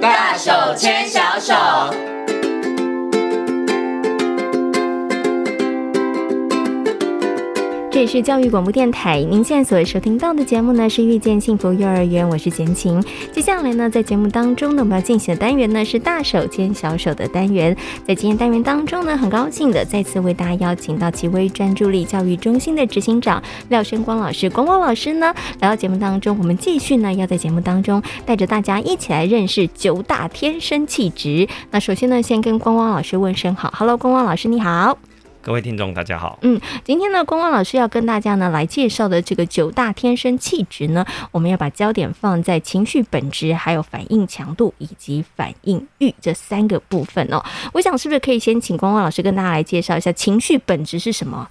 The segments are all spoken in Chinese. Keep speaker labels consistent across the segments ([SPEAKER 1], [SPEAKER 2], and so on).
[SPEAKER 1] 大手牵小手。
[SPEAKER 2] 这里是教育广播电台，您现在所收听到的节目呢是《遇见幸福幼儿园》，我是简晴。接下来呢，在节目当中呢，我们要进行的单元呢是“大手牵小手”的单元。在今天单元当中呢，很高兴的再次为大家邀请到奇威专注力教育中心的执行长廖生光老师。光光老师呢来到节目当中，我们继续呢要在节目当中带着大家一起来认识九大天生气质。那首先呢，先跟光光老师问声好，Hello，光光老师你好。
[SPEAKER 3] 各位听众，大家好。
[SPEAKER 2] 今天呢，光光老师要跟大家呢来介绍的这个九大天生气质呢，我们要把焦点放在情绪本质、还有反应强度以及反应欲这三个部分哦。我想是不是可以先请光光老师跟大家来介绍一下情绪本质是什么？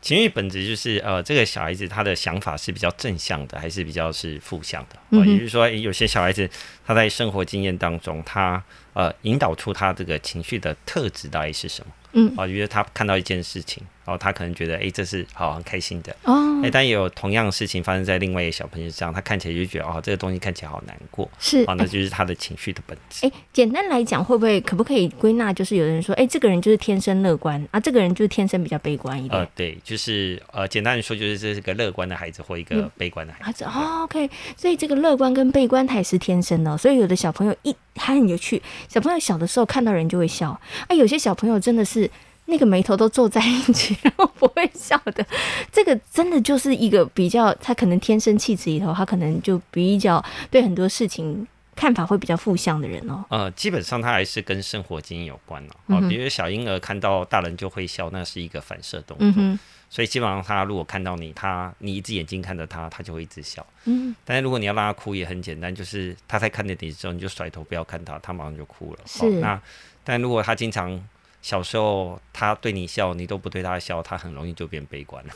[SPEAKER 3] 情绪本质就是，呃，这个小孩子他的想法是比较正向的，还是比较是负向的？
[SPEAKER 2] 嗯
[SPEAKER 3] 哦，
[SPEAKER 2] 哼
[SPEAKER 3] 也就是说，诶有些小孩子他在生活经验当中，他呃引导出他这个情绪的特质到底是什么？
[SPEAKER 2] 嗯
[SPEAKER 3] 哦，比如他看到一件事情，然、后他可能觉得，诶，这是好、很开心的。
[SPEAKER 2] 哦
[SPEAKER 3] 诶，，但也有同样的事情发生在另外一个小朋友身上，他看起来就觉得，哦，这个东西看起来好难过。
[SPEAKER 2] 是
[SPEAKER 3] 哦，那就是他的情绪的本质。
[SPEAKER 2] 哎，简单来讲，会不会可不可以归纳，就是有人说，哎，这个人就是天生乐观啊，这个人就是天生比较悲观一点。
[SPEAKER 3] 呃，对，就是呃，简单的说，就是这是个乐观的孩子或一个
[SPEAKER 2] 嗯
[SPEAKER 3] 悲观的孩
[SPEAKER 2] 啊，
[SPEAKER 3] 子。
[SPEAKER 2] 这哦，OK，所以这个乐观跟悲观它也是天生的哦、所以有的小朋友一还很有趣，小朋友小的时候看到人就会笑，啊，有些小朋友真的是那个眉头都皱在一起，然后不会笑的，这个真的就是一个比较，他可能天生气质里头，他可能就比较对很多事情看法会比较负向的人哦，
[SPEAKER 3] 呃，基本上它还是跟生活经验有关了、
[SPEAKER 2] 嗯
[SPEAKER 3] 哦。
[SPEAKER 2] 哼
[SPEAKER 3] 比如小婴儿看到大人就会笑，那是一个反射动作。
[SPEAKER 2] 嗯哼，
[SPEAKER 3] 所以基本上他如果看到你，他你一只眼睛看着他，他就会一直笑。
[SPEAKER 2] 嗯，
[SPEAKER 3] 但是如果你要让他哭，也很简单，就是他在看着你之后，你就甩头不要看他，他马上就哭了。哦
[SPEAKER 2] 是
[SPEAKER 3] 那但如果他经常小时候他对你笑，你都不对他笑，他很容易就变悲观了。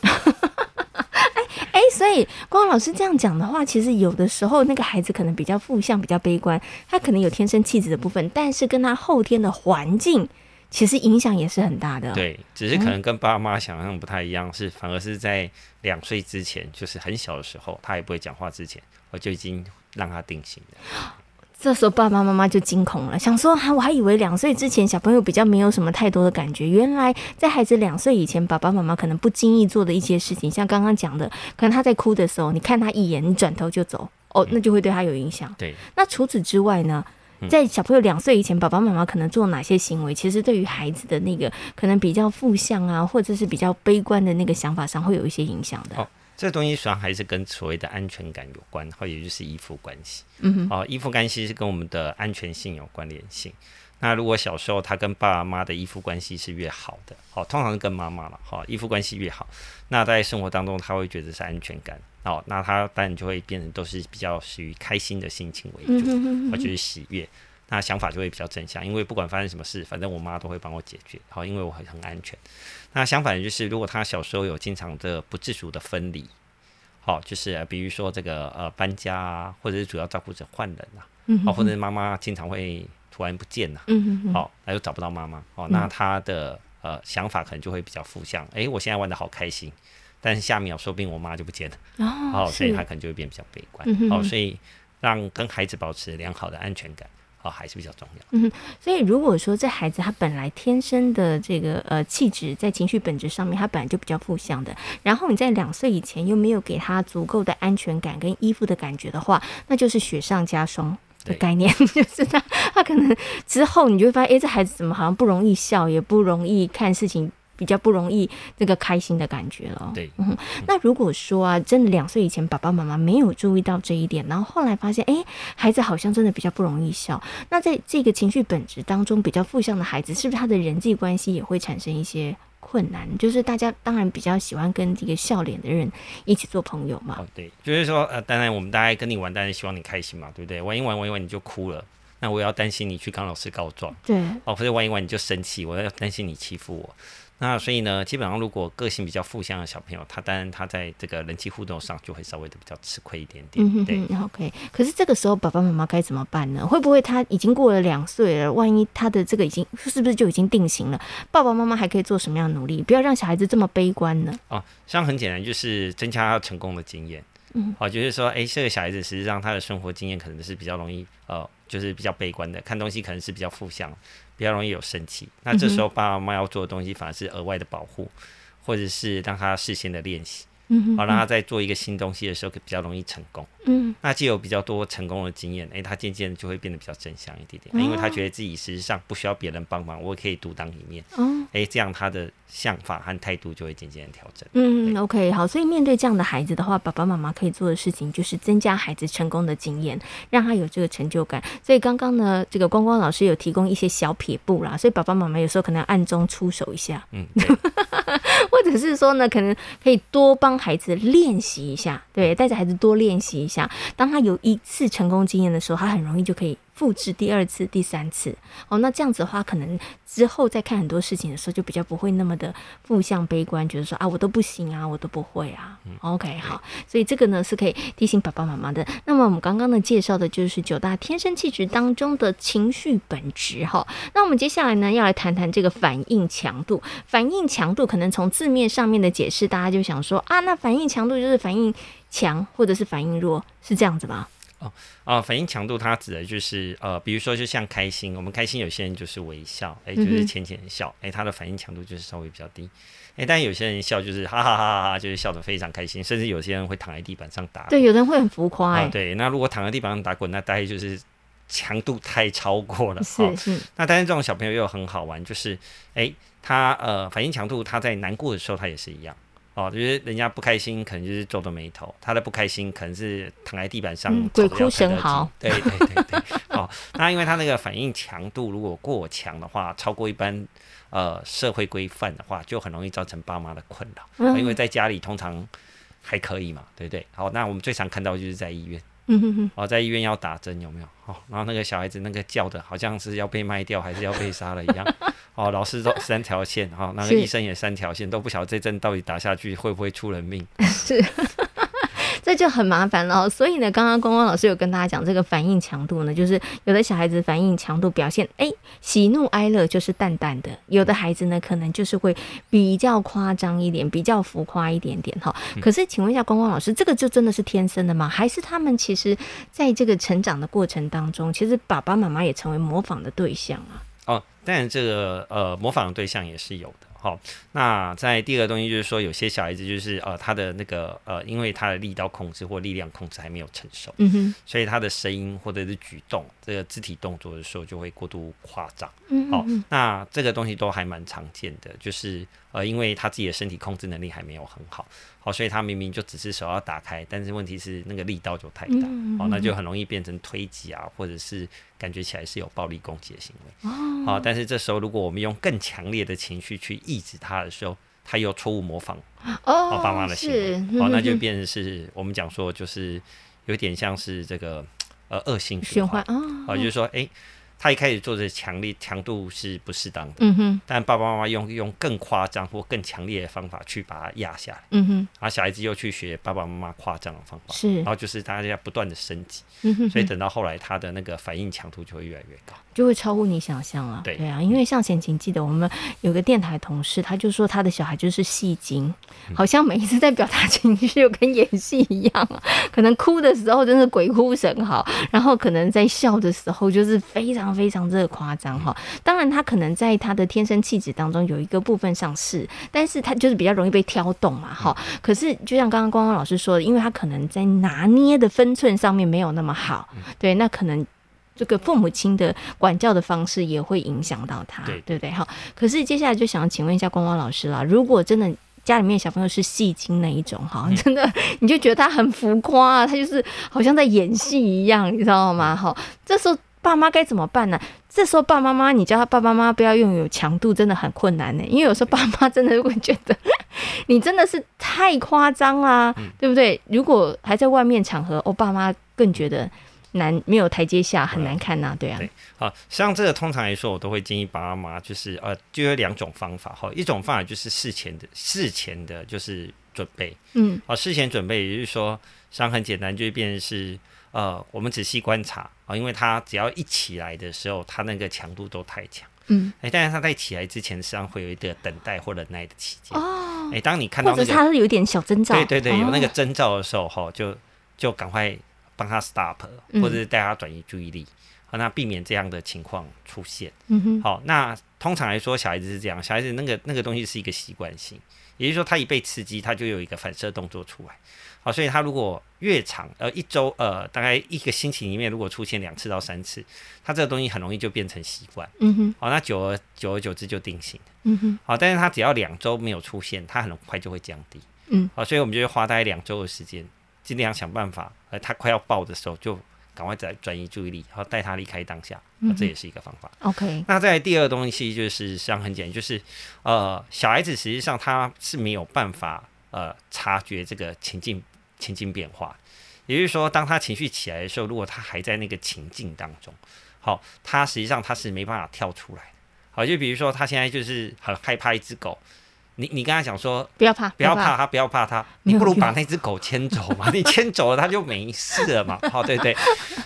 [SPEAKER 2] 哎，所以光老师这样讲的话，其实有的时候那个孩子可能比较负向、比较悲观，他可能有天生气质的部分，但是跟他后天的环境其实影响也是很大的。，
[SPEAKER 3] 对，只是可能跟爸妈想象不太一样，是反而是在两岁之前，就是很小的时候，他也不会讲话之前，我就已经让他定型了。
[SPEAKER 2] 这时候爸爸妈妈就惊恐了，想说啊，我还以为两岁之前小朋友比较没有什么太多的感觉，原来在孩子两岁以前，爸爸妈妈可能不经意做的一些事情，像刚刚讲的，可能他在哭的时候，你看他一眼，你转头就走，哦，那就会对他有影响。
[SPEAKER 3] 对，
[SPEAKER 2] 那除此之外呢？在小朋友两岁以前，爸爸妈妈可能做哪些行为，其实对于孩子的那个可能比较负向啊，或者是比较悲观的那个想法上，会有一些影响的。
[SPEAKER 3] 哦这东西实际上还是跟所谓的安全感有关，或也就是依附关系。
[SPEAKER 2] 嗯哼，
[SPEAKER 3] 哦，依附关系是跟我们的安全性有关联性。那如果小时候他跟爸妈的依附关系是越好的，哦，通常是跟妈妈了，哦，依附关系越好，那在生活当中他会觉得是安全感，哦，那他当然就会变成都是比较属于开心的心情为主。
[SPEAKER 2] 嗯哼哼
[SPEAKER 3] 我
[SPEAKER 2] 哼
[SPEAKER 3] 觉得喜悦，那想法就会比较正向，因为不管发生什么事，反正我妈都会帮我解决，好，因为我很很安全。那相反的就是，如果他小时候有经常的不自主的分离，好、就是呃比如说这个呃搬家啊，或者是主要照顾者换人啊，
[SPEAKER 2] 嗯哼
[SPEAKER 3] 哦，或者是妈妈经常会突然不见呐、
[SPEAKER 2] 嗯哼哼，
[SPEAKER 3] 好、那又找不到妈妈，哦，
[SPEAKER 2] 嗯
[SPEAKER 3] 那他的呃想法可能就会比较负向，诶，我现在玩的好开心，但是下一秒说不定我妈就不见了。
[SPEAKER 2] 哦
[SPEAKER 3] 哦，所以
[SPEAKER 2] 是
[SPEAKER 3] 他可能就会变比较悲观。
[SPEAKER 2] 嗯哼
[SPEAKER 3] 哦，
[SPEAKER 2] 哼
[SPEAKER 3] 所以让跟孩子保持良好的安全感，哦，还是比较重要。
[SPEAKER 2] 嗯所以如果说这孩子他本来天生的这个呃气质，在情绪本质上面，他本来就比较负向的，然后你在两岁以前又没有给他足够的安全感跟依附的感觉的话，那就是雪上加霜。的
[SPEAKER 3] 对
[SPEAKER 2] 概念就是他，他可能之后你就会发现，哎诶，这孩子怎么好像不容易笑，也不容易看事情，比较不容易这个开心的感觉了。
[SPEAKER 3] 对，
[SPEAKER 2] 那如果说啊，真的两岁以前爸爸妈妈没有注意到这一点，然后后来发现，哎，孩子好像真的比较不容易笑。那在这个情绪本质当中，比较负向的孩子，是不是他的人际关系也会产生一些困难？就是大家当然比较喜欢跟这个笑脸的人一起做朋友嘛。
[SPEAKER 3] 哦，对，就是说，呃，当然我们大家跟你玩，当然希望你开心嘛，对不对？玩一玩，玩一玩你就哭了，那我也要担心你去跟老师告状，
[SPEAKER 2] 对，
[SPEAKER 3] 哦，或者玩一玩你就生气，我要担心你欺负我。那所以呢，基本上如果个性比较负向的小朋友，他当然他在这个人际互动上就会稍微的比较吃亏一点点，
[SPEAKER 2] 嗯哼
[SPEAKER 3] 对。
[SPEAKER 2] 哼，OK。可是这个时候爸爸妈妈该怎么办呢？会不会他已经过了两岁了？万一他的这个已经是不是就已经定型了？爸爸妈妈还可以做什么样的努力，不要让小孩子这么悲观呢？
[SPEAKER 3] 哦，实际上很简单，就是增加他成功的经验。
[SPEAKER 2] 嗯，
[SPEAKER 3] 哎哦，就是说，诶，这个小孩子实际上他的生活经验可能是比较容易呃就是比较悲观的，看东西可能是比较负向，比较容易有生气。
[SPEAKER 2] 嗯
[SPEAKER 3] 那这时候爸爸妈妈要做的东西反而是额外的保护，或者是让他事先的练习，
[SPEAKER 2] 嗯哼，
[SPEAKER 3] 好让他在做一个新东西的时候比较容易成功。
[SPEAKER 2] 嗯
[SPEAKER 3] 那既有比较多成功的经验，诶、哎他渐渐就会变得比较正向一点
[SPEAKER 2] 哦
[SPEAKER 3] 点，因为他觉得自己实际上不需要别人帮忙，我可以独当一面。
[SPEAKER 2] 哦。
[SPEAKER 3] 诶、这样他的想法和态度就会渐渐地调整。
[SPEAKER 2] 嗯，OK，好，所以面对这样的孩子的话，爸爸妈妈可以做的事情就是增加孩子成功的经验，让他有这个成就感。所以刚刚呢，这个光光老师有提供一些小撇步啦，所以爸爸妈妈有时候可能要暗中出手一下，
[SPEAKER 3] 嗯，对，
[SPEAKER 2] 或者是说呢，可能可以多帮孩子练习一下，对，带着孩子多练习一下。当他有一次成功经验的时候，他很容易就可以复制第二次、第三次。哦，那这样子的话，可能之后再看很多事情的时候，就比较不会那么的负向悲观，觉得说啊，我都不行啊，我都不会啊。OK，好，所以这个呢是可以提醒爸爸妈妈的。那么我们刚刚呢介绍的就是九大天生气质当中的情绪本质哈。那我们接下来呢要来谈谈这个反应强度。反应强度可能从字面上面的解释，大家就想说啊，那反应强度就是反应强或者是反应弱，是这样子吗？
[SPEAKER 3] 啊、反应强度它指的就是呃，比如说就像开心，我们开心有些人就是微笑，诶、就
[SPEAKER 2] 嗯
[SPEAKER 3] 是
[SPEAKER 2] 哼
[SPEAKER 3] 浅浅地笑，诶、他的反应强度就是稍微比较低。诶、但有些人笑就是哈哈哈哈哈，就是笑得非常开心，甚至有些人会躺在地板上打
[SPEAKER 2] 对，有的人会很浮夸、
[SPEAKER 3] 啊、
[SPEAKER 2] 欸，
[SPEAKER 3] 对，那如果躺在地板上打滚，那大概就是强度太超过了。
[SPEAKER 2] 是
[SPEAKER 3] 哦
[SPEAKER 2] 是，
[SPEAKER 3] 那但是这种小朋友又很好玩，就是诶，他呃反应强度，他在难过的时候他也是一样。哦，就是人家不开心，可能就是皱着眉头；他的不开心，可能是躺在地板上、
[SPEAKER 2] 嗯
[SPEAKER 3] 吵
[SPEAKER 2] 鬼
[SPEAKER 3] 得
[SPEAKER 2] 哭
[SPEAKER 3] 要
[SPEAKER 2] 神
[SPEAKER 3] 弹得
[SPEAKER 2] 嚎
[SPEAKER 3] 急。对对对对，哦，那因为他那个反应强度如果过强的话，超过一般呃社会规范的话，就很容易造成爸妈的困扰、
[SPEAKER 2] 嗯
[SPEAKER 3] 因为在家里通常还可以嘛，对不对？好，那我们最常看到就是在医院。
[SPEAKER 2] 嗯哼哼，
[SPEAKER 3] 哦，在医院要打针有没有？哦，然后那个小孩子那个叫的，好像是要被卖掉还是要被杀了一 样。哦，老师都三条线，哦，那个
[SPEAKER 2] 是
[SPEAKER 3] 医生也三条线，都不晓得这针到底打下去会不会出人命。
[SPEAKER 2] 这就很麻烦了哦。所以呢，刚刚光光老师有跟大家讲，这个反应强度呢，就是有的小孩子反应强度表现，哎，喜怒哀乐就是淡淡的；有的孩子呢，可能就是会比较夸张一点，比较浮夸一点点哈。
[SPEAKER 3] 嗯
[SPEAKER 2] 可是，请问一下光光老师，这个就真的是天生的吗？还是他们其实在这个成长的过程当中，其实爸爸妈妈也成为模仿的对象啊？
[SPEAKER 3] 哦，当然这个呃模仿的对象也是有的。好、那在第二个东西就是说，有些小孩子就是呃他的那个呃，因为他的力道控制或力量控制还没有成熟，
[SPEAKER 2] 嗯哼，
[SPEAKER 3] 所以他的声音或者是举动，这个肢体动作的时候就会过度夸张。
[SPEAKER 2] 嗯
[SPEAKER 3] 好、那这个东西都还蛮常见的，就是呃，因为他自己的身体控制能力还没有很好，好、所以他明明就只是手要打开，但是问题是那个力道就太大，
[SPEAKER 2] 嗯
[SPEAKER 3] 哦，那就很容易变成推挤啊，或者是感觉起来是有暴力攻击的行为。
[SPEAKER 2] 哦，
[SPEAKER 3] 好、但是这时候如果我们用更强烈的情绪去抑制他的时候，他又错误模仿
[SPEAKER 2] 哦
[SPEAKER 3] 哦爸妈的行为
[SPEAKER 2] 是，，
[SPEAKER 3] 哦，那
[SPEAKER 2] 嗯
[SPEAKER 3] 就
[SPEAKER 2] 嗯嗯
[SPEAKER 3] 变成是我们讲说就是有点像是这个呃恶性循
[SPEAKER 2] 循环
[SPEAKER 3] 环，
[SPEAKER 2] 啊，
[SPEAKER 3] 啊、就是说诶，他一开始做的强烈强度是不适当的。
[SPEAKER 2] 嗯哼，
[SPEAKER 3] 但爸爸妈妈用用更夸张或更强烈的方法去把它压下来，
[SPEAKER 2] 嗯哼，
[SPEAKER 3] 然后小孩子又去学爸爸妈妈夸张的方法，
[SPEAKER 2] 是
[SPEAKER 3] 然，后就是大家不断的升级，
[SPEAKER 2] 嗯哼
[SPEAKER 3] 所以等到后来他的那个反应强度就会越来越高。
[SPEAKER 2] 就会超乎你想象了。
[SPEAKER 3] 对
[SPEAKER 2] 啊，因为像前情记得我们有个电台同事，他就说他的小孩就是戏精，好像每一次在表达情绪就跟演戏一样啊。 可能哭的时候真是鬼哭神嚎，然后可能在笑的时候就是非常非常的夸张哈。当然，他可能在他的天生气质当中有一个部分上是，但是他就是比较容易被挑动嘛哈。可是就像刚刚光光老师说的，因为他可能在拿捏的分寸上面没有那么好，对，那可能这个父母亲的管教的方式也会影响到他，
[SPEAKER 3] 对
[SPEAKER 2] 对不对？好，可是接下来就想请问一下光光老师啦，如果真的家里面小朋友是戏精那一种哈，真的你就觉得他很浮夸、啊，他就是好像在演戏一样，你知道吗？哈，这时候爸妈该怎么办呢？这时候爸爸妈妈，你叫他爸爸妈妈不要用有强度，真的很困难呢、因为有时候爸妈真的会觉得你真的是太夸张啦，对不对？如果还在外面场合，哦，爸妈更觉得难，没有台阶下，很难看呐、对啊，
[SPEAKER 3] 对好，像这个通常来说，我都会建议爸妈就是呃，就有两种方法哈，一种方法就是事前的事前的就是准备，
[SPEAKER 2] 嗯
[SPEAKER 3] 啊，事前准备，也就是说，伤很简单，就会变成是呃，我们仔细观察啊，因为它只要一起来的时候，它那个强度都太强。
[SPEAKER 2] 嗯，
[SPEAKER 3] 哎、但是它在起来之前，实际上会有一个等待或忍耐的期间。
[SPEAKER 2] 哦
[SPEAKER 3] 哎、，当你看
[SPEAKER 2] 或
[SPEAKER 3] 到
[SPEAKER 2] 者
[SPEAKER 3] 那
[SPEAKER 2] 是
[SPEAKER 3] 个，
[SPEAKER 2] 他是有点小征兆，
[SPEAKER 3] 对对对，有那个
[SPEAKER 2] 哦，
[SPEAKER 3] 征兆的时候，哈、就就赶快帮他 stop，
[SPEAKER 2] 嗯
[SPEAKER 3] 或者是带他转移注意力。啊，那避免这样的情况出现。
[SPEAKER 2] 嗯哼，
[SPEAKER 3] 好，那通常来说，小孩子是这样，小孩子那个那个东西是一个习惯性，也就是说，他一被刺激，他就有一个反射动作出来。好，所以他如果越长，呃，一周，呃，大概一个星期里面，如果出现两次到三次，他这个东西很容易就变成习惯。
[SPEAKER 2] 嗯哼，
[SPEAKER 3] 好，那久而久而久之就定型。
[SPEAKER 2] 嗯哼，
[SPEAKER 3] 好，但是他只要两周没有出现，他很快就会降低。
[SPEAKER 2] 嗯，
[SPEAKER 3] 好，所以我们就会花大概两周的时间，尽量想办法，呃，他快要爆的时候就赶快再转移注意力，然后带他离开当下，啊、这也是一个方法。
[SPEAKER 2] ，OK，
[SPEAKER 3] 那在第二个东西就是，实际上很简单，就是呃，小孩子实际上他是没有办法呃察觉这个情境情境变化，也就是说，当他情绪起来的时候，如果他还在那个情境当中，好，他实际上他是没办法跳出来的。好，就比如说他现在就是很害怕一只狗，你你跟他讲说
[SPEAKER 2] 不要怕，
[SPEAKER 3] 不要怕，他，不要怕他，
[SPEAKER 2] 没
[SPEAKER 3] 你
[SPEAKER 2] 有
[SPEAKER 3] 不如
[SPEAKER 2] 用
[SPEAKER 3] 把那只狗牵走嘛，你牵走了它就没事 了嘛，好、对不对？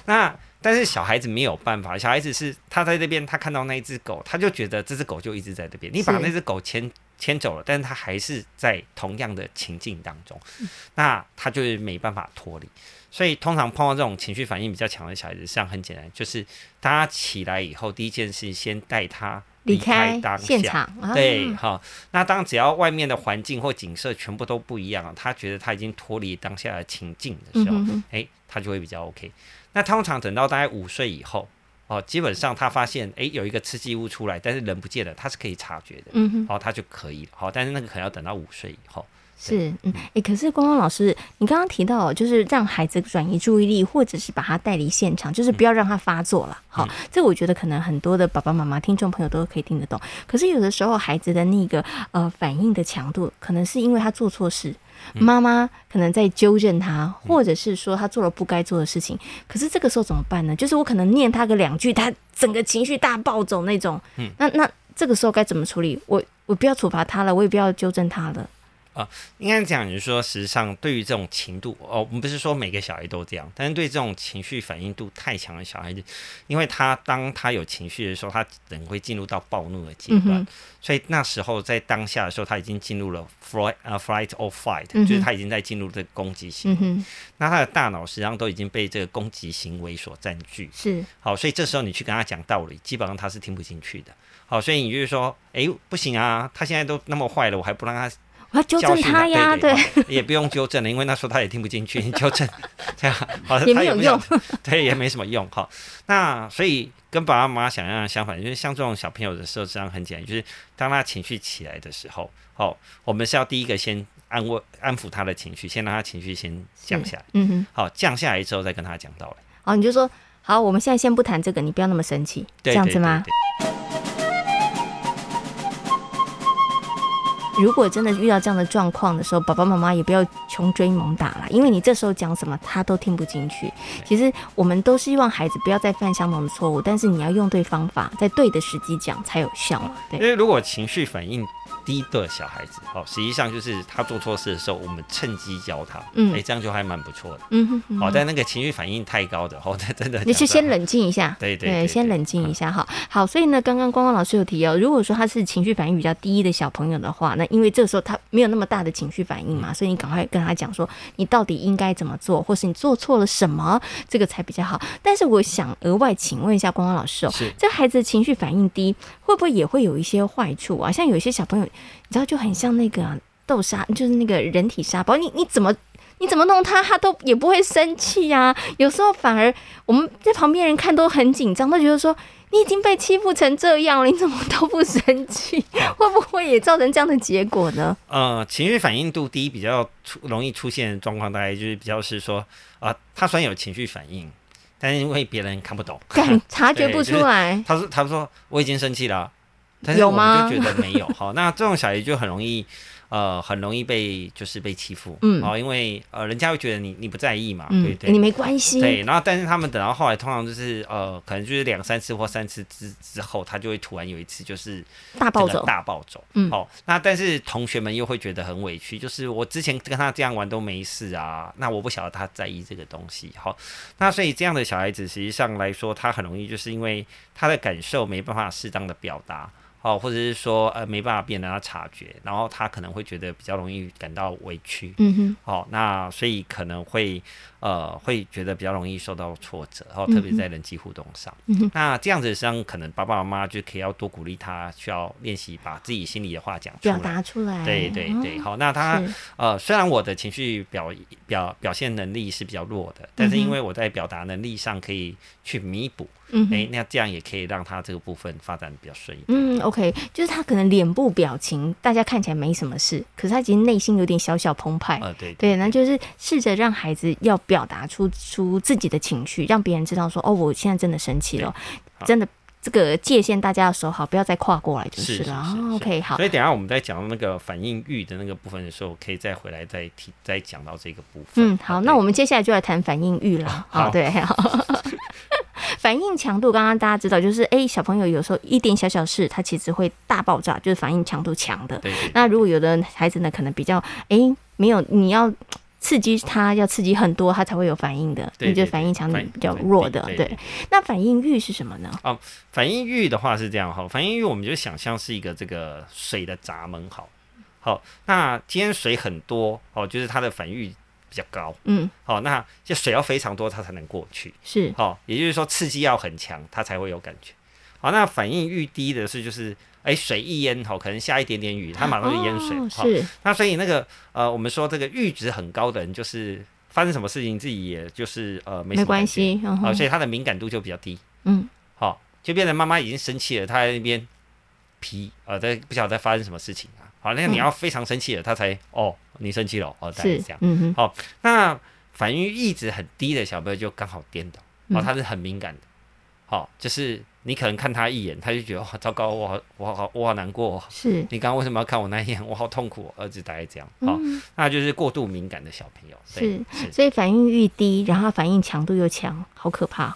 [SPEAKER 3] 那但是小孩子没有办法，小孩子是他在这边，他看到那一只狗，他就觉得这只狗就一直在这边，你把
[SPEAKER 2] 是
[SPEAKER 3] 那只狗牵牵走了，但是他还是在同样的情境当中，
[SPEAKER 2] 嗯
[SPEAKER 3] 那他就是没办法脱离。所以通常碰到这种情绪反应比较强的小孩子，实际上很简单，就是当他起来以后，第一件事先带他
[SPEAKER 2] 离
[SPEAKER 3] 开
[SPEAKER 2] 开
[SPEAKER 3] 当
[SPEAKER 2] 现
[SPEAKER 3] 下。
[SPEAKER 2] 场，啊
[SPEAKER 3] 对，好、那当只要外面的环境或景色全部都不一样了，他觉得他已经脱离当下的情境的
[SPEAKER 2] 嗯
[SPEAKER 3] 时候，
[SPEAKER 2] 哼哼，
[SPEAKER 3] 哎、他就会比较 OK。那通常等到大概五岁以后，哦，基本上他发现哎有一个刺激物出来，但是人不见了，他是可以察觉的，
[SPEAKER 2] 嗯哼。
[SPEAKER 3] 哦，他就可以了，好、但是那个可能要等到五岁以后。
[SPEAKER 2] 是，嗯，哎、可是光光老师，你刚刚提到哦，就是让孩子转移注意力，或者是把他带离现场，就是不要让他发作了。好、这我觉得可能很多的爸爸妈妈、听众朋友都可以听得懂。可是有的时候，孩子的那个呃反应的强度，可能是因为他做错事，妈妈可能在纠正他，或者是说他做了不该做的事情。可是这个时候怎么办呢？就是我可能念他个两句，他整个情绪大暴走那种。嗯，那那这个时候该怎么处理？我我不要处罚他了，我也不要纠正他了。
[SPEAKER 3] 应该讲，就是说，实际上对于这种情度，哦，我们不是说每个小孩都这样，但是对这种情绪反应度太强的小孩子，因为他当他有情绪的时候，他人会进入到暴怒的阶段，
[SPEAKER 2] 嗯哼
[SPEAKER 3] 所以那时候在当下的时候，他已经进入了 flight 呃 flight or fight，、
[SPEAKER 2] 嗯哼
[SPEAKER 3] 就是他已经在进入这个攻击性，
[SPEAKER 2] 嗯哼，
[SPEAKER 3] 那他的大脑实际上都已经被这个攻击行为所占据，
[SPEAKER 2] 是，
[SPEAKER 3] 好，所以这时候你去跟他讲道理，基本上他是听不进去的。好，所以你就是说，诶，不行啊，他现在都那么坏了，我还不让他
[SPEAKER 2] 我要纠
[SPEAKER 3] 教
[SPEAKER 2] 正
[SPEAKER 3] 训
[SPEAKER 2] 他呀，
[SPEAKER 3] 对
[SPEAKER 2] 对，
[SPEAKER 3] 对， 也不用纠正了，因为那时候他也听不 进去，你纠正这样好像
[SPEAKER 2] 也
[SPEAKER 3] 他
[SPEAKER 2] 没有用，
[SPEAKER 3] 对，也没什么用哈。那所以跟爸爸妈妈想象的相反，就是像这种小朋友的时候，实际上很简单，就是当他情绪起来的时候，哦，我们是要第一个先安慰、安抚他的情绪，先让他情绪先降下来。
[SPEAKER 2] 嗯哼，
[SPEAKER 3] 好，降下来之后再跟他讲道理，
[SPEAKER 2] 好，你就说好，我们现在先不谈这个，你不要那么生气，
[SPEAKER 3] 对
[SPEAKER 2] 这样子
[SPEAKER 3] 对
[SPEAKER 2] 吗
[SPEAKER 3] 对？
[SPEAKER 2] 如果真的遇到这样的状况的时候，爸爸妈妈也不要穷追猛打啦，因为你这时候讲什么他都听不进去。其实我们都希望孩子不要再犯相同的错误，但是你要用对方法，在对的时机讲才有效嘛。
[SPEAKER 3] 因
[SPEAKER 2] 对，
[SPEAKER 3] 为如果情绪反应低的小孩子，哦，实际上就是他做错事的时候，我们趁机教他，哎
[SPEAKER 2] 嗯
[SPEAKER 3] 诶，这样就还蛮不错的。
[SPEAKER 2] 嗯哼哼
[SPEAKER 3] 好、但那个情绪反应太高的，哦， 那真的
[SPEAKER 2] 你是
[SPEAKER 3] 讲
[SPEAKER 2] 先
[SPEAKER 3] 到
[SPEAKER 2] 冷静一下，
[SPEAKER 3] 对对嗯对
[SPEAKER 2] 先
[SPEAKER 3] 对
[SPEAKER 2] 冷静一下哈。好，所以呢，刚刚光光老师有提哦，如果说他是情绪反应比较低的小朋友的话，那因为这个时候他没有那么大的情绪反应
[SPEAKER 3] 嗯
[SPEAKER 2] 嘛，所以你赶快跟他讲说，你到底应该怎么做，或是你做错了什么，这个才比较好。但是我想额外请问一下光光老师哦，
[SPEAKER 3] 是
[SPEAKER 2] 这孩子情绪反应低，会不会也会有一些坏处啊？像有一些小朋友，你知道就很像那个啊豆沙，就是那个人体沙包，你你怎么你怎么弄他，他都也不会生气呀、有时候反而我们在旁边人看都很紧张，都觉得说你已经被欺负成这样了，你怎么都不生气？会不会也造成这样的结果 呢？
[SPEAKER 3] 呃，情绪反应度低比较出容易出现的状况，大概就是比较是说啊、他虽然有情绪反应，但是因为别人看不 懂，
[SPEAKER 2] 感察觉不出来，
[SPEAKER 3] 他说他说我已经生气了啊，但 是
[SPEAKER 2] 有
[SPEAKER 3] 我们
[SPEAKER 2] 吗
[SPEAKER 3] 就觉得没有。好，那这种小孩就很容易呃很容易被就是被欺负，
[SPEAKER 2] 嗯
[SPEAKER 3] 哦，因为呃人家会觉得你你不在意嘛，对
[SPEAKER 2] 嗯
[SPEAKER 3] 不，对？
[SPEAKER 2] 你没关系，
[SPEAKER 3] 对，然后但是他们等到后来，通常就是呃，可能就是两三次或三次之之后，他就会突然有一次就是
[SPEAKER 2] 大暴
[SPEAKER 3] 这个
[SPEAKER 2] 走，
[SPEAKER 3] 大暴走。
[SPEAKER 2] 嗯
[SPEAKER 3] 哦，那但是同学们又会觉得很委屈，就是我之前跟他这样玩都没事啊，那我不晓得他在意这个东西。好、那所以这样的小孩子实际上来说，他很容易就是因为他的感受没办法适当的表达。哦，或者是说呃没办法被人家察觉，然后他可能会觉得比较容易感到委屈，
[SPEAKER 2] 嗯哼，
[SPEAKER 3] 哦，那所以可能会呃会觉得比较容易受到挫折，哦，特别在人际互动上。
[SPEAKER 2] 嗯哼
[SPEAKER 3] 那这样子上，可能爸爸妈妈就可以要多鼓励他，需要练习把自己心里的话讲出
[SPEAKER 2] 表
[SPEAKER 3] 来。
[SPEAKER 2] 达出来，
[SPEAKER 3] 对对
[SPEAKER 2] 哦
[SPEAKER 3] 对，好，那他
[SPEAKER 2] 是
[SPEAKER 3] 呃，虽然我的情绪表表表现能力是比较弱的，但是因为我在表达能力上可以去弥补，
[SPEAKER 2] 嗯
[SPEAKER 3] 诶，
[SPEAKER 2] 哼。
[SPEAKER 3] 那这样也可以让他这个部分发展比较顺一点。
[SPEAKER 2] 嗯，OK，就是他可能脸部表情大家看起来没什么事，可是他其实内心有点小小澎湃。
[SPEAKER 3] 呃，对
[SPEAKER 2] 对，那就是试着让孩子要表达出出自己的情绪，让别人知道说，哦，我现在真的生气了，
[SPEAKER 3] 好
[SPEAKER 2] 真的这个界限大家要守好，不要再跨过来就是了。
[SPEAKER 3] 是是
[SPEAKER 2] 哦
[SPEAKER 3] 是
[SPEAKER 2] OK，好
[SPEAKER 3] 所，以等一下我们在讲到那个反应欲的那个部分的时候，可以再回来再提再讲到这个部分。
[SPEAKER 2] 嗯，好，
[SPEAKER 3] 对
[SPEAKER 2] 那我们接下来就来谈反应欲了。
[SPEAKER 3] 好
[SPEAKER 2] 哦， 对，好。 反应强度，刚刚大家知道，就是哎、小朋友有时候一点小小事，他其实会大爆炸，就是反应强度强的。
[SPEAKER 3] 对对对
[SPEAKER 2] 那如果有的孩子呢，可能比较哎、没有，你要刺激他，要刺激很多，他才会有反应的。
[SPEAKER 3] 对
[SPEAKER 2] 你就
[SPEAKER 3] 对
[SPEAKER 2] 反应强度
[SPEAKER 3] 反应
[SPEAKER 2] 比较
[SPEAKER 3] 对
[SPEAKER 2] 弱
[SPEAKER 3] 对
[SPEAKER 2] 的，
[SPEAKER 3] 对对
[SPEAKER 2] 对。那反应欲是什么呢？
[SPEAKER 3] 反应域的话是这样哈，反应域我们就想象是一个这个水的闸门好，好，那今天水很多哦，就是它的反应域比较高，
[SPEAKER 2] 嗯，
[SPEAKER 3] 好，那这水要非常多它才能过去，
[SPEAKER 2] 是
[SPEAKER 3] 好、也就是说刺激要很强，它才会有感觉。好，那反应域低的是就是，哎、水一淹好，可能下一点点雨，它马上就淹水
[SPEAKER 2] 哦
[SPEAKER 3] 了。好
[SPEAKER 2] 是
[SPEAKER 3] 那所以那个呃，我们说这个阈值很高的人，就是发生什么事情自己也就是呃没什
[SPEAKER 2] 没
[SPEAKER 3] 么
[SPEAKER 2] 关
[SPEAKER 3] 感觉，
[SPEAKER 2] 系，嗯然
[SPEAKER 3] 好、
[SPEAKER 2] 后
[SPEAKER 3] 所以他的敏感度就比较低。
[SPEAKER 2] 嗯，
[SPEAKER 3] 好、就变成妈妈已经生气了，她在那边皮呃，在不晓得在发生什么事情啊。好，那你要非常生气了，她才哦，你生气了哦，大概
[SPEAKER 2] 是
[SPEAKER 3] 这样。
[SPEAKER 2] 嗯哼，
[SPEAKER 3] 那反应一直很低的小朋友就刚好颠倒，哦，
[SPEAKER 2] 嗯
[SPEAKER 3] 他是很敏感的，好、就是你可能看他一眼，他就觉得哇哦糟糕，我好我好我好难过哦、
[SPEAKER 2] 是
[SPEAKER 3] 你刚刚为什么要看我那一眼？我好痛苦哦、儿子大概这样，好、
[SPEAKER 2] 嗯，
[SPEAKER 3] 那就是过度敏感的小朋友，对，是
[SPEAKER 2] 所以反应欲低，然后反应强度又强，好可怕。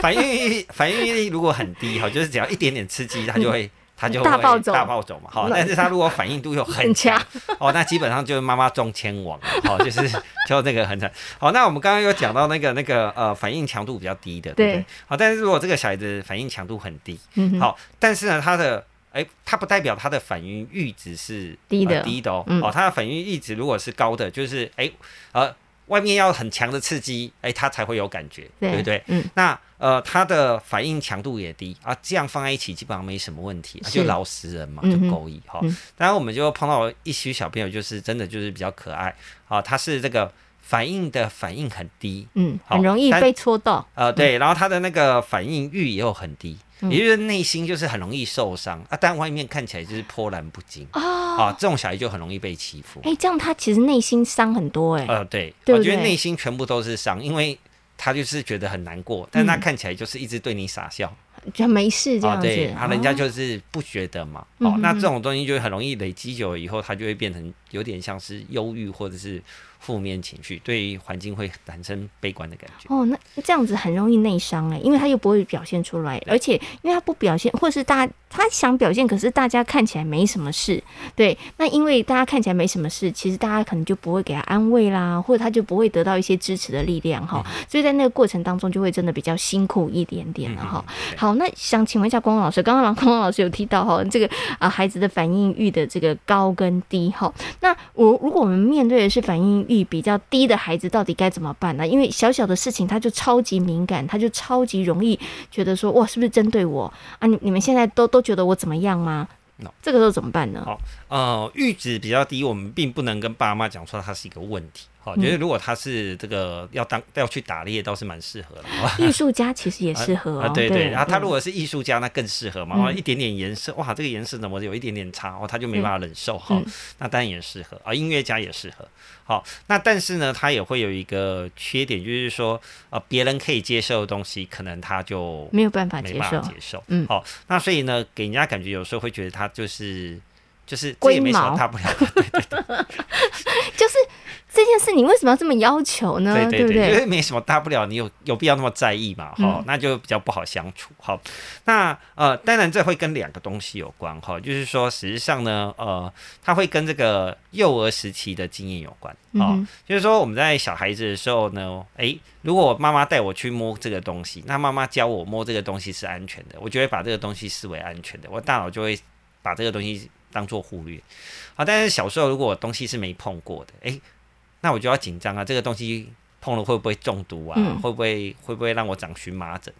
[SPEAKER 3] 反应力反应力如果很 低哈，就是只要一点点刺激，他就会。他就
[SPEAKER 2] 嗯
[SPEAKER 3] 会
[SPEAKER 2] 大暴走
[SPEAKER 3] 大暴走 嘛，好，
[SPEAKER 2] 那
[SPEAKER 3] 但是他如果反应度又很
[SPEAKER 2] 很强
[SPEAKER 3] 强，哦，那基本上就是妈妈中签王，好，就是 就那个很惨。好，那我们刚刚有讲到那个那个呃反应强度比较低的，对不
[SPEAKER 2] 对
[SPEAKER 3] 对？好，但是如果这个小孩子反应强度很低，
[SPEAKER 2] 嗯哼，
[SPEAKER 3] 好，但是呢，他的哎，他不代表他的反应阈值是
[SPEAKER 2] 低的
[SPEAKER 3] 呃低的哦。
[SPEAKER 2] 嗯
[SPEAKER 3] 哦，他的反应阈值如果是高的，就是哎呃，外面要很强的刺激，哎，他才会有感觉，对不对？？
[SPEAKER 2] 嗯，
[SPEAKER 3] 那呃，他的反应强度也低啊，这样放在一起基本上没什么问题，啊
[SPEAKER 2] 是
[SPEAKER 3] 就老实人嘛，
[SPEAKER 2] 嗯
[SPEAKER 3] 就
[SPEAKER 2] 哼
[SPEAKER 3] 够意哈
[SPEAKER 2] 嗯。
[SPEAKER 3] 当然，我们就碰到一些小朋友，就是真的就是比较可爱啊，他是这个反应的反应很低，
[SPEAKER 2] 嗯，
[SPEAKER 3] 好
[SPEAKER 2] 很容易
[SPEAKER 3] 但
[SPEAKER 2] 被戳到。
[SPEAKER 3] 呃，对，然后他的那个反应欲也有很低，
[SPEAKER 2] 嗯
[SPEAKER 3] 也就是内心就是很容易受伤啊，但外面看起来就是波澜不惊
[SPEAKER 2] 哦，
[SPEAKER 3] 啊，这种小孩就很容易被欺负。
[SPEAKER 2] 哎，这样他其实内心伤很多哎。
[SPEAKER 3] 呃，对，
[SPEAKER 2] 对不
[SPEAKER 3] 我觉得
[SPEAKER 2] 对
[SPEAKER 3] 内心全部都是伤，因为他就是觉得很难过，但他
[SPEAKER 2] 嗯
[SPEAKER 3] 看起来就是一直对你傻笑。
[SPEAKER 2] 就没事这
[SPEAKER 3] 啊，
[SPEAKER 2] 样子，
[SPEAKER 3] 对，啊，人家
[SPEAKER 2] 哦
[SPEAKER 3] 就是不觉得嘛。
[SPEAKER 2] 嗯
[SPEAKER 3] 哦，那
[SPEAKER 2] 嗯
[SPEAKER 3] 这种东西就会很容易累积久了以后，它就会变成有点像是忧郁或者是负面情绪，对环境会产生悲观的感觉。
[SPEAKER 2] 哦，那这样子很容易内伤哎，因为他又不会表现出来，而且因为他不表现，或是大家他想表现，可是大家看起来没什么事，对，那因为大家看起来没什么事，其实大家可能就不会给他安慰啦，或者他就不会得到一些支持的力量哈，
[SPEAKER 3] 嗯
[SPEAKER 2] 所以在那个过程当中就会真的比较辛苦一点点了哈。
[SPEAKER 3] 嗯对
[SPEAKER 2] 好，那想请问一下光光老师，刚刚光光老 师有提到哈，这个啊孩子的反应欲的这个高跟低哈，那我如果我们面对的是反应欲比较低的孩子，到底该怎么办呢？因为小小的事情他就超级敏感，他就超级容易觉得说哇，是不是针对我啊？你你们现在都都觉得我怎么样吗
[SPEAKER 3] No？
[SPEAKER 2] 这个时候怎么办呢？
[SPEAKER 3] 好呃，阈值比较低，我们并不能跟爸妈讲说它是一个问题。好、
[SPEAKER 2] 嗯
[SPEAKER 3] 觉得如果他是这个要当要去打猎，倒是蛮适合的。好 吧
[SPEAKER 2] 艺术家其实也适合哦，
[SPEAKER 3] 啊，对对，
[SPEAKER 2] 对，
[SPEAKER 3] 然后他如
[SPEAKER 2] 果
[SPEAKER 3] 果是艺术家，那更适合嘛。哦
[SPEAKER 2] 嗯
[SPEAKER 3] 哇，一点点颜色，哇，这个颜色怎么有一点点差，哦，他就没办法忍受哈、
[SPEAKER 2] 嗯
[SPEAKER 3] 那当然也适合啊，音乐家也适合。好，那但是呢，他也会有一个缺点，就是说，呃，别人可以接受的东西，可能他就
[SPEAKER 2] 没有办法
[SPEAKER 3] 没
[SPEAKER 2] 接
[SPEAKER 3] 办
[SPEAKER 2] 受
[SPEAKER 3] 法，接受。
[SPEAKER 2] 嗯
[SPEAKER 3] 好，那所以呢，给人家感觉有时候会觉得他就是。就是这
[SPEAKER 2] 龟
[SPEAKER 3] 也没什
[SPEAKER 2] 毛
[SPEAKER 3] 么大不了的，
[SPEAKER 2] 就是这件事你为什么要这么要求呢？
[SPEAKER 3] 对
[SPEAKER 2] 不
[SPEAKER 3] 对因
[SPEAKER 2] 对？嗯
[SPEAKER 3] 为没什么大不了，你有有必要那么在意嘛？哈、那就比较不好相处。哈，那呃，当然这会跟两个东西有关哈，就是说实际上呢，呃，它会跟这个幼儿时期的经验有关啊、
[SPEAKER 2] 嗯哼
[SPEAKER 3] 就是说我们在小孩子的时候呢，诶，如果妈妈带我去摸这个东西，那妈妈教我摸这个东西是安全的，我就会把这个东西视为安全的，我大脑就会把这个东西当做忽略。好，但是小时候如果我东西是没碰过的，诶，那我就要紧张啊，这个东西碰了会不会中毒啊？
[SPEAKER 2] 嗯
[SPEAKER 3] 会不会会不会让我长荨麻疹？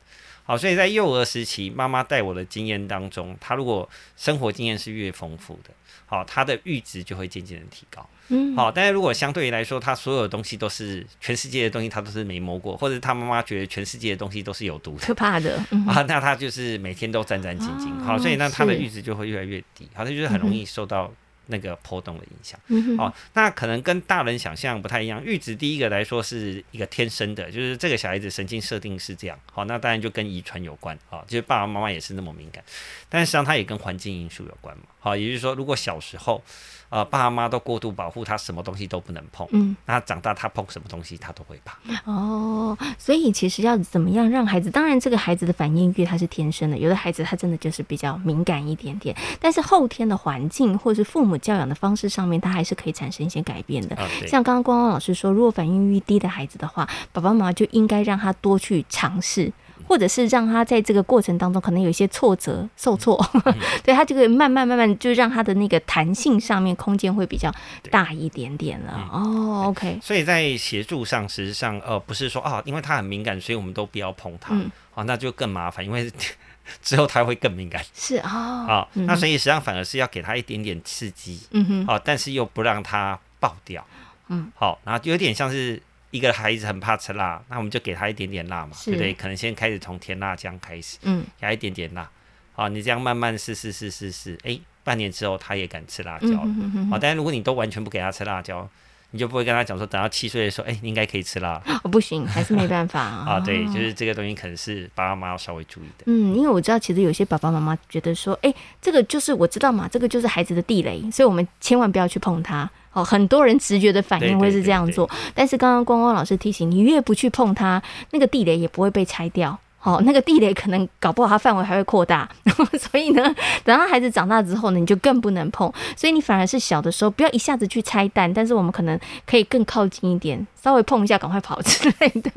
[SPEAKER 3] 好，所以在幼儿时期，妈妈带我的经验当中，她如果生活经验是越丰富的，好，她的阈值就会渐渐的提高。
[SPEAKER 2] 嗯，
[SPEAKER 3] 好，但是如果相对于来说，他所有东西都是全世界的东西，他都是没摸过，或者他妈妈觉得全世界的东西都是有毒的
[SPEAKER 2] 可怕的，嗯
[SPEAKER 3] 啊，那他就是每天都战战兢兢，
[SPEAKER 2] 哦
[SPEAKER 3] 好，所以那他的
[SPEAKER 2] 是
[SPEAKER 3] 阈值就会越来越低，好，他就是很容易受到那个波动的影响。
[SPEAKER 2] 嗯哼
[SPEAKER 3] 哦，那可能跟大人想象不太一样。阈值第一个来说是一个天生的，就是这个小孩子神经设定是这样。好、那当然就跟遗传有关。好、就是爸爸妈妈也是那么敏感，但实际上它也跟环境因素有关嘛。好、也就是说，如果小时候呃爸妈都过度保护他，什么东西都不能碰，
[SPEAKER 2] 嗯，
[SPEAKER 3] 那长大他碰什么东西他都会怕。
[SPEAKER 2] 哦，所以其实要怎么样让孩子，当然这个孩子的反应欲他是天生的，有的孩子他真的就是比较敏感一点点，但是后天的环境或是父母教养的方式上面，他还是可以产生一些改变的。
[SPEAKER 3] 啊，对。
[SPEAKER 2] 像刚刚光光老师说，如果反应欲低的孩子的话，爸爸妈妈就应该让他多去尝试，或者是让他在这个过程当中可能有一些挫折、受挫，
[SPEAKER 3] 嗯
[SPEAKER 2] 对他就可以慢慢慢慢就让他的那个弹性上面空间会比较大一点点
[SPEAKER 3] 嗯
[SPEAKER 2] 了。哦，OK，
[SPEAKER 3] 所以在协助上，实际上呃，不是说啊，因为他很敏感，所以我们都不要碰他。
[SPEAKER 2] 嗯
[SPEAKER 3] 哦，那就更麻烦，因为 之后他会更敏感。
[SPEAKER 2] 是哦，
[SPEAKER 3] 啊、那所以实际上反而是要给他一点点刺激，
[SPEAKER 2] 嗯哼，
[SPEAKER 3] 好、但是又不让他爆掉，
[SPEAKER 2] 嗯，
[SPEAKER 3] 好、然后就有点像是一个孩子很怕吃辣，那我们就给他一点点辣嘛，
[SPEAKER 2] 是
[SPEAKER 3] 对不对？可能先开始从甜辣酱开始，
[SPEAKER 2] 嗯
[SPEAKER 3] 给他一点点辣，好、你这样慢慢试试试试试，哎，半年之后他也敢吃辣椒
[SPEAKER 2] 嗯
[SPEAKER 3] 了，
[SPEAKER 2] 哼哼哼
[SPEAKER 3] 好、但是如果你都完全不给他吃辣椒，你就不会跟他讲说，等到七岁的时候，哎，你应该可以吃辣了
[SPEAKER 2] 哦，不行，还是没办法
[SPEAKER 3] 啊，对，就
[SPEAKER 2] 哦
[SPEAKER 3] 是这个东西可能是爸爸妈妈要稍微注意的。
[SPEAKER 2] 嗯，因为我知道，其实有些爸爸妈妈觉得说，哎，这个就是我知道嘛，这个就是孩子的地雷，所以我们千万不要去碰它。哦，很多人直觉的反应会是这样做，但是刚刚光光老师提醒，你越不去碰它，那个地雷也不会被拆掉。哦，那个地雷可能搞不好它范围还会扩大， 所以呢，等到孩子长大之后呢，你就更不能碰。所以你反而是小的时候不要一下子去拆弹，但是我们可能可以更靠近一点，稍微碰一下，赶快跑 之类的。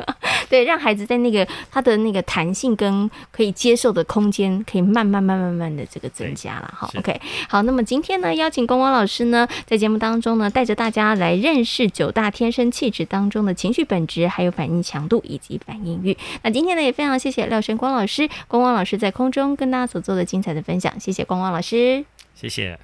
[SPEAKER 2] 对，让孩子在那个他的那个弹性跟可以接受的空间，可以慢慢慢慢慢的这个增加了哈。
[SPEAKER 3] 是
[SPEAKER 2] OK，好，那么今天呢，邀请光光老师呢，在节目当中呢，带着大家来认识九大天生气质当中的情绪本质，还有反应强度以及反应欲。那今天呢，也非常谢谢廖晨光老师，光光老师在空中跟大家所做的精彩的分享，谢谢光光老师。
[SPEAKER 3] 谢谢。